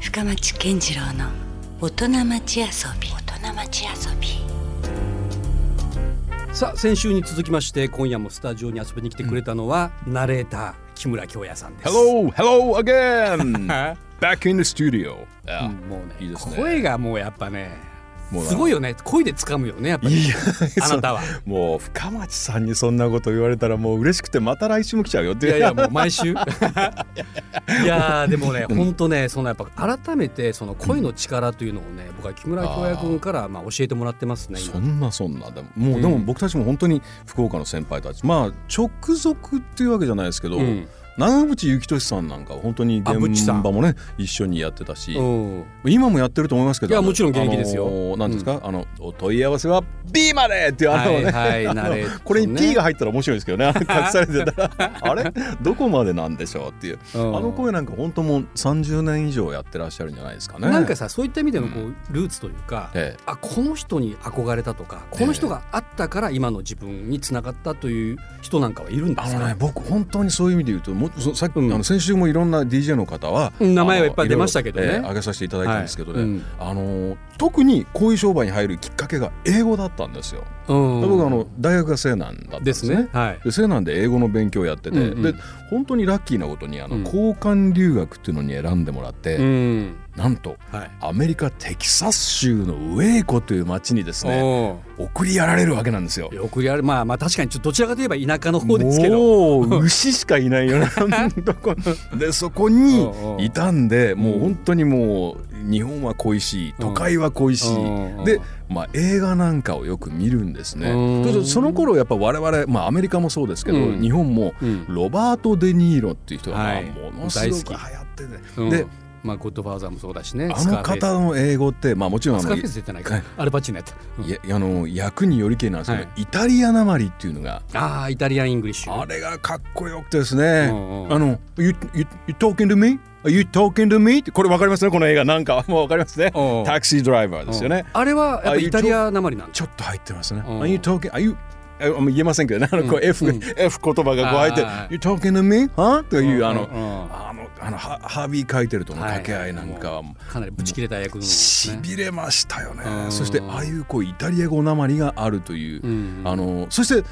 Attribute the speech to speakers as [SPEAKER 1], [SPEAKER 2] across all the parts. [SPEAKER 1] 深町健次郎の大人町遊び大人町遊び
[SPEAKER 2] さあ先週に続きまして今夜もスタジオに遊びに来てくれたのは、ナレーター木村京也さんです
[SPEAKER 3] Hello, hello again. Back in the studio. あ
[SPEAKER 2] もうね
[SPEAKER 3] いいですね
[SPEAKER 2] 声がもうやっぱね
[SPEAKER 3] もうな
[SPEAKER 2] すごいよね声で掴むよねやっぱり
[SPEAKER 3] いや
[SPEAKER 2] あなたは
[SPEAKER 3] もう深町さんにそんなこと言われたらもう嬉しくてまた来週も来ちゃうよっ
[SPEAKER 2] い
[SPEAKER 3] て
[SPEAKER 2] やいやもう毎 週いやーでもね本当ねそのやっぱ改めてその声の力というのをね僕は木村京也君からまあ教えてもらってますね
[SPEAKER 3] そ
[SPEAKER 2] 今
[SPEAKER 3] んなそんなでももう、でも僕たちも本当に福岡の先輩たちまあ直属っていうわけじゃないですけど、
[SPEAKER 2] うん
[SPEAKER 3] 長渕幸俊さんなんかは本当に
[SPEAKER 2] あぶっち
[SPEAKER 3] 現
[SPEAKER 2] さん
[SPEAKER 3] 場もね一緒にやってたし、
[SPEAKER 2] うん
[SPEAKER 3] 今もやってると思いますけ
[SPEAKER 2] い
[SPEAKER 3] ど
[SPEAKER 2] や
[SPEAKER 3] あの
[SPEAKER 2] もちろん現役ですよ
[SPEAKER 3] あのなんですか、あのお問い合わせは B までっていうあの
[SPEAKER 2] は
[SPEAKER 3] ね、
[SPEAKER 2] いはいナレーターね
[SPEAKER 3] これに P が入ったら面白いですけど ね隠されてたらあれどこまでなんでしょうっていうあ
[SPEAKER 2] うん
[SPEAKER 3] の声なんか本当もう30年以上やってらっしゃるんじゃないですかね。
[SPEAKER 2] なんかさそういった意味でのこうルーツというか、
[SPEAKER 3] ええ
[SPEAKER 2] あこの人に憧れたとかこの人があったから今の自分につながったという人なんかはいるんで
[SPEAKER 3] あ
[SPEAKER 2] す
[SPEAKER 3] の
[SPEAKER 2] か、
[SPEAKER 3] ね僕本当にそういう意味で言うともうそさっき、
[SPEAKER 2] うん
[SPEAKER 3] あの先週もいろんな DJ の方は
[SPEAKER 2] うん名前は
[SPEAKER 3] あの
[SPEAKER 2] いっぱい出ましたけどね
[SPEAKER 3] いろいろええ挙げさせていただいたんですけどね、
[SPEAKER 2] はいうん
[SPEAKER 3] あの特にこういう商売に入るきっかけが英語だったんですよ。
[SPEAKER 2] うん
[SPEAKER 3] で僕あの大学が西南だったん
[SPEAKER 2] で
[SPEAKER 3] ですす
[SPEAKER 2] ね
[SPEAKER 3] ね。
[SPEAKER 2] はい
[SPEAKER 3] で西南で英語の勉強をやってて、
[SPEAKER 2] うんうん
[SPEAKER 3] で本当にラッキーなことにあの、
[SPEAKER 2] うん
[SPEAKER 3] 交換留学っていうのに選んでもらって、
[SPEAKER 2] うん
[SPEAKER 3] なんと
[SPEAKER 2] はい
[SPEAKER 3] アメリカテキサス州のウェイコという町にですね
[SPEAKER 2] お
[SPEAKER 3] 送りやられるわけなんですよ
[SPEAKER 2] ー。よくやるまあまあ確かにちょっとどちらかといえば田舎の方ですけど
[SPEAKER 3] もう牛しかいないようなとこ でそこに
[SPEAKER 2] うんうん
[SPEAKER 3] いたんでもううん本当にもう日本は恋しい都会は恋し
[SPEAKER 2] うんうん
[SPEAKER 3] いで、まあ、映画なんかをよく見るんです
[SPEAKER 2] うん
[SPEAKER 3] ね。ただその頃やっぱ我々、まあ、アメリカもそうですけど、
[SPEAKER 2] うん
[SPEAKER 3] 日本も
[SPEAKER 2] うん
[SPEAKER 3] ロバート・デ・ニーロっていう人がま
[SPEAKER 2] は
[SPEAKER 3] あ
[SPEAKER 2] い
[SPEAKER 3] ものすごく流行ってね、
[SPEAKER 2] うん
[SPEAKER 3] で
[SPEAKER 2] まあゴッドファーザーもそうだしね
[SPEAKER 3] あ
[SPEAKER 2] スカ
[SPEAKER 3] の
[SPEAKER 2] ーフェイス
[SPEAKER 3] 方の英語って、まあ、もちろんあ
[SPEAKER 2] スカ
[SPEAKER 3] の
[SPEAKER 2] ーフェイス出てないかアルパチーノやった、うん
[SPEAKER 3] いやあの役によりけりなんですけど、
[SPEAKER 2] は
[SPEAKER 3] イタリアなまりっていうのが
[SPEAKER 2] ああイタリアンイングリッシュ
[SPEAKER 3] あれがかっこよくてですね
[SPEAKER 2] う
[SPEAKER 3] 「
[SPEAKER 2] んうん
[SPEAKER 3] あの you, you, you talking to me? Are you talking to me?」ってこれわかりますねこの映画なんか もうわかりますね
[SPEAKER 2] うん
[SPEAKER 3] 「タクシードライバー」ですよね、
[SPEAKER 2] あれはやっぱイタリアなまりなんで
[SPEAKER 3] ちょっと入ってますね「
[SPEAKER 2] うん
[SPEAKER 3] Are you talking? Are you ああんま言えませんけどね、あのこう F,、F 言葉がこう入って
[SPEAKER 2] あ
[SPEAKER 3] 「You talking to me? はという、あの、
[SPEAKER 2] うんうん
[SPEAKER 3] あのあのハハービー書いてるとの掛け合いなんかは、
[SPEAKER 2] かなりブチ切れた役の、ね、
[SPEAKER 3] しびれましたよね、
[SPEAKER 2] うん
[SPEAKER 3] そしてああいうこうイタリア語なまりがあるという、
[SPEAKER 2] ん
[SPEAKER 3] あのそして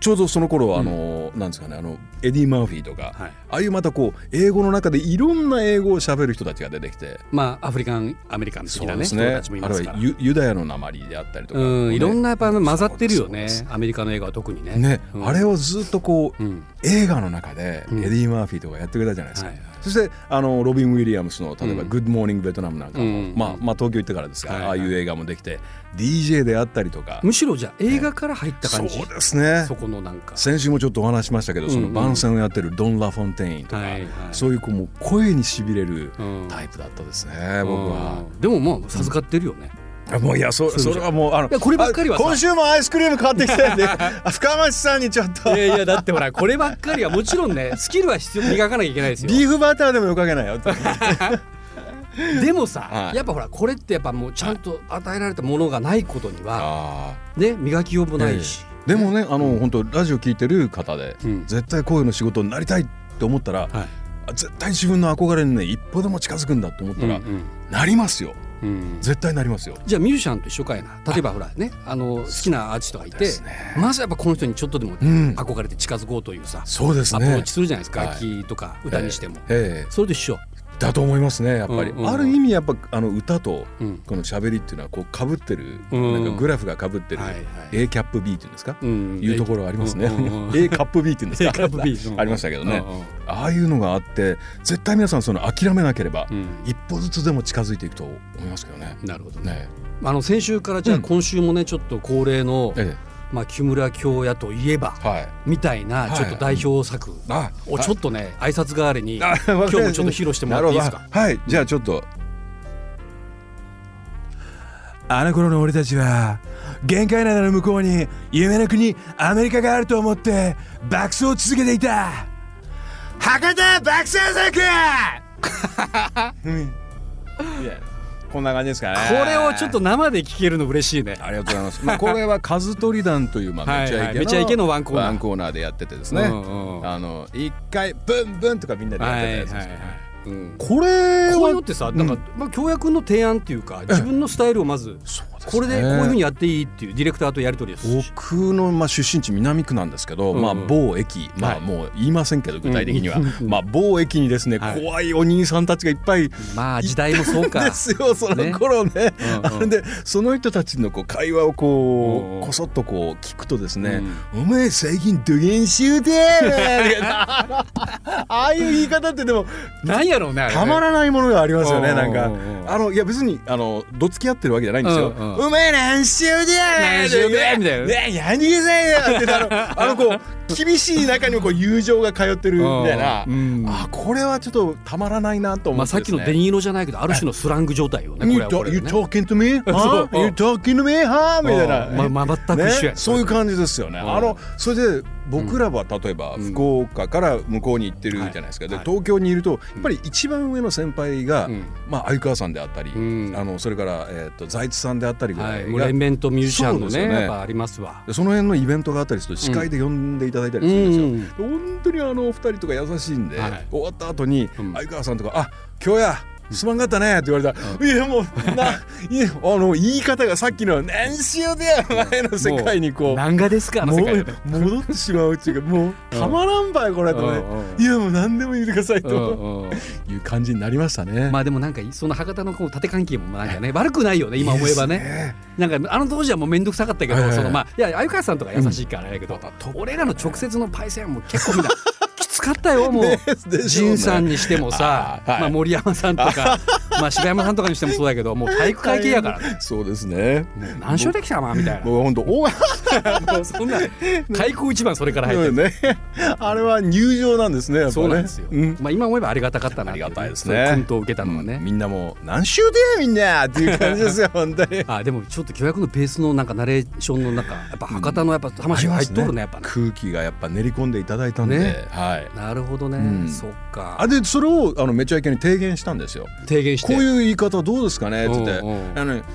[SPEAKER 3] ちょうどその頃はあの、なんですかねあのエディ・マーフィーとか、
[SPEAKER 2] はい
[SPEAKER 3] ああいうまたこう英語の中でいろんな英語を喋る人たちが出てきて
[SPEAKER 2] まあアフリカンアメリカン的なね人
[SPEAKER 3] ある
[SPEAKER 2] たちもい
[SPEAKER 3] い
[SPEAKER 2] ますか
[SPEAKER 3] は
[SPEAKER 2] ら
[SPEAKER 3] ユユダヤのなまりであったりとか、
[SPEAKER 2] うんいろんなやっぱ混ざってるよ
[SPEAKER 3] そうで
[SPEAKER 2] ね
[SPEAKER 3] すそう
[SPEAKER 2] アメリカの映画は特にね
[SPEAKER 3] ね、
[SPEAKER 2] うん
[SPEAKER 3] あれをずっとこう、
[SPEAKER 2] うん
[SPEAKER 3] 映画の中でエ
[SPEAKER 2] ん
[SPEAKER 3] ディ・マーフィーとかやってくれたじゃないですか、
[SPEAKER 2] はいはい
[SPEAKER 3] そしてあのロビン・ウィリアムスの例えば「グッド・モーニング・ベトナム」なんかも、
[SPEAKER 2] うん
[SPEAKER 3] まあ、まあ東京行ってからですが、
[SPEAKER 2] はいはい
[SPEAKER 3] ああいう映画もできて DJ であったりとか、
[SPEAKER 2] むしろじゃあ映画から入った
[SPEAKER 3] そ
[SPEAKER 2] 感
[SPEAKER 3] う
[SPEAKER 2] じ、
[SPEAKER 3] ですね
[SPEAKER 2] そこのなんか
[SPEAKER 3] 先週もちょっとお話ししましたけど、その
[SPEAKER 2] うん
[SPEAKER 3] 番宣をやってるドン・ラ・フォンテインとか、
[SPEAKER 2] はいはい
[SPEAKER 3] そういうこうもう声にしびれる
[SPEAKER 2] うん
[SPEAKER 3] タイプだったですね、僕は。
[SPEAKER 2] うんでもまあ授かってるよね、
[SPEAKER 3] あもういやそそれはもうあの
[SPEAKER 2] いやこればっかりは
[SPEAKER 3] あ
[SPEAKER 2] さ
[SPEAKER 3] 今週もアイスクリーム買ってきたん であ深町さんにちょっと
[SPEAKER 2] いやいやだってほらこればっかりはもちろんねスキルは必要磨かなきゃいけないですよ
[SPEAKER 3] ビーフバターでもよかけないよ って。
[SPEAKER 2] でもさ、
[SPEAKER 3] はい
[SPEAKER 2] やっぱほらこれってやっぱもうちゃんと与えられたものがないことには、
[SPEAKER 3] あ
[SPEAKER 2] ね磨きようもないし、
[SPEAKER 3] でもねあの本当ラジオ聞いてる方で、
[SPEAKER 2] うん
[SPEAKER 3] 絶対声の仕事になりたいって思ったら、
[SPEAKER 2] はい
[SPEAKER 3] あ絶対自分の憧れにね一歩でも近づくんだと思ったら、なりますよ
[SPEAKER 2] うんうん
[SPEAKER 3] 絶対なりますよ。
[SPEAKER 2] じゃあミュージシャンと一緒かいな例えばほらねあの好きなアーティストがいて、
[SPEAKER 3] ですね
[SPEAKER 2] まずやっぱこの人にちょっとでも
[SPEAKER 3] ん
[SPEAKER 2] 憧れて近づこうというさ、
[SPEAKER 3] そうです
[SPEAKER 2] ア
[SPEAKER 3] ね
[SPEAKER 2] プローチするじゃないですか、
[SPEAKER 3] はい
[SPEAKER 2] 楽器とか歌にしても、
[SPEAKER 3] ええ
[SPEAKER 2] それと一緒
[SPEAKER 3] だと思いますねやっぱり、
[SPEAKER 2] うんうん
[SPEAKER 3] ある意味やっぱあの歌と
[SPEAKER 2] うん
[SPEAKER 3] この喋りっていうのはこう被ってる、
[SPEAKER 2] うん
[SPEAKER 3] なんかグラフが被ってる、
[SPEAKER 2] はいはい
[SPEAKER 3] A キャップ B っていうんですか、
[SPEAKER 2] うん
[SPEAKER 3] いうところありますね、
[SPEAKER 2] うんうんう ん
[SPEAKER 3] A カップ B っていうんですか
[SPEAKER 2] A カップ B うん
[SPEAKER 3] ありましたけどね、
[SPEAKER 2] うんうん
[SPEAKER 3] ああいうのがあって絶対皆さんその諦めなければ、
[SPEAKER 2] うん
[SPEAKER 3] 一歩ずつでも近づいていくと思いますけどね。
[SPEAKER 2] なるほどね
[SPEAKER 3] ね
[SPEAKER 2] あの先週からじゃあ
[SPEAKER 3] うん
[SPEAKER 2] 今週もねちょっと恒例の、
[SPEAKER 3] え
[SPEAKER 2] まあ、木村京也といえば
[SPEAKER 3] え、はい
[SPEAKER 2] みたいな
[SPEAKER 3] はい
[SPEAKER 2] ちょっと代表作
[SPEAKER 3] あ
[SPEAKER 2] をちょっとね、挨拶代わりに今
[SPEAKER 3] あ
[SPEAKER 2] 日もちょっと披露してもらっていいですか
[SPEAKER 3] なるほどはいじゃあちょっと、あの頃の俺たちは限界などの向こうに夢の国アメリカがあると思って爆走を続けていた博多爆走 族こんな感じですかね
[SPEAKER 2] これをちょっと生で聞けるの嬉しいね
[SPEAKER 3] ありがとうございます。まあ、これは数取り団という、まあ、めちゃ
[SPEAKER 2] は
[SPEAKER 3] イケの、
[SPEAKER 2] いはいめちゃイケのワンコーナー
[SPEAKER 3] でやっててですね。
[SPEAKER 2] うんうん
[SPEAKER 3] あの、一回ブンブンとかみんなでやってたやつですね。
[SPEAKER 2] うん
[SPEAKER 3] これを
[SPEAKER 2] 教養ってさ、なんか、まあ、教養君の提案っていうか、自分のスタイルをまず。
[SPEAKER 3] そうですね
[SPEAKER 2] これで、こういうふうにやっていいっていう、ディレクターとやり取りです。
[SPEAKER 3] 僕のまあ出身地南区なんですけど、
[SPEAKER 2] うんうん
[SPEAKER 3] まあ、某駅、ま
[SPEAKER 2] は
[SPEAKER 3] あ、
[SPEAKER 2] い
[SPEAKER 3] もう言いませんけど具体的には、
[SPEAKER 2] うんうんうん
[SPEAKER 3] まあ、某駅にですね、
[SPEAKER 2] はい
[SPEAKER 3] 怖いお兄さんたちがいっぱい
[SPEAKER 2] まあ、時代もそうか
[SPEAKER 3] で。すよその頃ね
[SPEAKER 2] うんうん
[SPEAKER 3] あれでその人たちのこう会話をこ
[SPEAKER 2] うん
[SPEAKER 3] う、
[SPEAKER 2] うん
[SPEAKER 3] こそっとこう聞くとですね「お前最近どげんしゅうで!」 ああいう言い方ってでも
[SPEAKER 2] なんやろうね。あれね
[SPEAKER 3] たまらないものがありますよね
[SPEAKER 2] うん
[SPEAKER 3] な
[SPEAKER 2] うんんうんう
[SPEAKER 3] か
[SPEAKER 2] ん
[SPEAKER 3] あのいや別にあのどつき合ってるわけじゃないんですよ
[SPEAKER 2] うんうん
[SPEAKER 3] 「お前何しゅうで!」
[SPEAKER 2] 何しゅうでみたいな
[SPEAKER 3] ねやにげさいよ!」ってあのあのこう厳しい中にもこう友情が通ってるみたいな
[SPEAKER 2] うん
[SPEAKER 3] あこれはちょっとたまらないなと思
[SPEAKER 2] まあ、
[SPEAKER 3] って
[SPEAKER 2] さっ
[SPEAKER 3] です
[SPEAKER 2] き
[SPEAKER 3] ね
[SPEAKER 2] のデニーロじゃないけど、ある種のスラング状態よね。こ
[SPEAKER 3] You
[SPEAKER 2] れはこ
[SPEAKER 3] talk-
[SPEAKER 2] れ
[SPEAKER 3] you
[SPEAKER 2] でね
[SPEAKER 3] talking to me?
[SPEAKER 2] そ
[SPEAKER 3] は
[SPEAKER 2] う
[SPEAKER 3] You talking to me? はみたいな。
[SPEAKER 2] うんまま全く一緒や
[SPEAKER 3] ねそういう感じですよね。
[SPEAKER 2] ん
[SPEAKER 3] あのそれで僕らは例えば
[SPEAKER 2] うん
[SPEAKER 3] 福岡から向こうに行ってるじゃないですか。
[SPEAKER 2] はい
[SPEAKER 3] で
[SPEAKER 2] はい
[SPEAKER 3] 東京にいるとやっぱり一番上の先輩が
[SPEAKER 2] うん
[SPEAKER 3] まあ鮎川さんであったり、あ
[SPEAKER 2] ん
[SPEAKER 3] のそれからえっと財津さんであったりぐ
[SPEAKER 2] は
[SPEAKER 3] ら
[SPEAKER 2] い、
[SPEAKER 3] い
[SPEAKER 2] もう
[SPEAKER 3] が
[SPEAKER 2] 連綿とミュージシャンの
[SPEAKER 3] そうです
[SPEAKER 2] ね
[SPEAKER 3] よね
[SPEAKER 2] やっぱありますわ。
[SPEAKER 3] でその辺のイベントがあったりすると司会で呼んでいただいたりするんですよ。
[SPEAKER 2] ん、
[SPEAKER 3] 本当にあのお二人とか優しいんで、
[SPEAKER 2] はい
[SPEAKER 3] 終わった後に
[SPEAKER 2] うん
[SPEAKER 3] 相川さんとか「あ今日やすまんかったね」って言われたら「いやもうないやあの言い方がさっきの何しようでや前の世界にこう
[SPEAKER 2] 漫画ですかあの世界で
[SPEAKER 3] もう戻ってしまうっていうかもうたまらんばいこれと
[SPEAKER 2] う
[SPEAKER 3] ね
[SPEAKER 2] んうん
[SPEAKER 3] 「いやもう何でも言ってください」
[SPEAKER 2] う
[SPEAKER 3] と
[SPEAKER 2] んうん
[SPEAKER 3] いう感じになりましたね。
[SPEAKER 2] まあでもなんかその博多のこう縦関係もなんかね悪くないよね今思えばねなんかあの当時はもう面倒くさかったけど、
[SPEAKER 3] ええ
[SPEAKER 2] そのまあいや鮎川さんとか優しいからあれやけど、俺らの直接のパイセンも結構みんなきつかったよもう。
[SPEAKER 3] でしょうね
[SPEAKER 2] 仁さんにしてもさ、
[SPEAKER 3] あはい
[SPEAKER 2] まあ、森山さんと か、まあ、柴山さんとかにしてもそうだけどもう体育会系やから、ね、
[SPEAKER 3] そうですね。
[SPEAKER 2] 何勝できたまみたいな
[SPEAKER 3] もう本当大
[SPEAKER 2] もうそんな開口一番それから入って
[SPEAKER 3] 変
[SPEAKER 2] る
[SPEAKER 3] ね。あれは入場なんですね。やっぱ
[SPEAKER 2] そう
[SPEAKER 3] ね
[SPEAKER 2] なんですよ、
[SPEAKER 3] うん
[SPEAKER 2] まあ今思えばありがたかったな
[SPEAKER 3] あ
[SPEAKER 2] って
[SPEAKER 3] り
[SPEAKER 2] いう
[SPEAKER 3] がたいです
[SPEAKER 2] そう
[SPEAKER 3] ね。
[SPEAKER 2] 薫陶を受けたのはね、
[SPEAKER 3] うんみんなもう何周でやみんなっていう感じですよ本当に。
[SPEAKER 2] あでもちょっと巨役のベースのなんかナレーションの中やっぱ博多のやっぱ魂が入っとるね,、やっぱね
[SPEAKER 3] 空気がやっぱ練り込んでいただいたんで、
[SPEAKER 2] ね
[SPEAKER 3] はい。
[SPEAKER 2] なるほどね、
[SPEAKER 3] うん
[SPEAKER 2] そっか
[SPEAKER 3] あでそれをあのめちゃイケに提言したんですよ。
[SPEAKER 2] 提言して
[SPEAKER 3] こういう言い方どうですかねって言って、
[SPEAKER 2] うんうん
[SPEAKER 3] あのなんか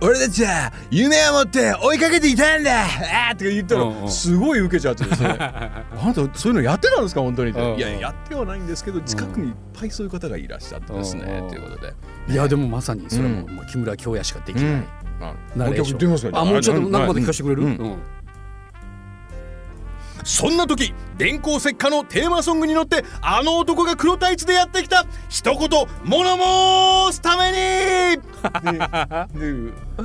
[SPEAKER 3] 俺たちは夢を持って追いかけていたんだあーって言った
[SPEAKER 2] うんう
[SPEAKER 3] ら
[SPEAKER 2] ん
[SPEAKER 3] すごい受けちゃってです ね。あなたそういうのやってたんですか本当にって。
[SPEAKER 2] うんうん
[SPEAKER 3] いややってはないんですけど近くにいっぱいそういう方がいらっしゃってです
[SPEAKER 2] うんう
[SPEAKER 3] ね
[SPEAKER 2] ん
[SPEAKER 3] ということで。
[SPEAKER 2] いやでもまさにそれも,、
[SPEAKER 3] う
[SPEAKER 2] もう木村京也しかでき
[SPEAKER 3] う
[SPEAKER 2] ない、
[SPEAKER 3] ん。あ
[SPEAKER 2] ナ
[SPEAKER 3] もう
[SPEAKER 2] レ
[SPEAKER 3] 一
[SPEAKER 2] ーシ
[SPEAKER 3] 曲言
[SPEAKER 2] ョン
[SPEAKER 3] ってみますか。
[SPEAKER 2] あもうちょっと
[SPEAKER 3] はい
[SPEAKER 2] なんかまで聞かせてくれる、
[SPEAKER 3] うん
[SPEAKER 2] うん
[SPEAKER 3] そんな時電光石火のテーマソングに乗ってあの男が黒タイツでやってきた一言物申すために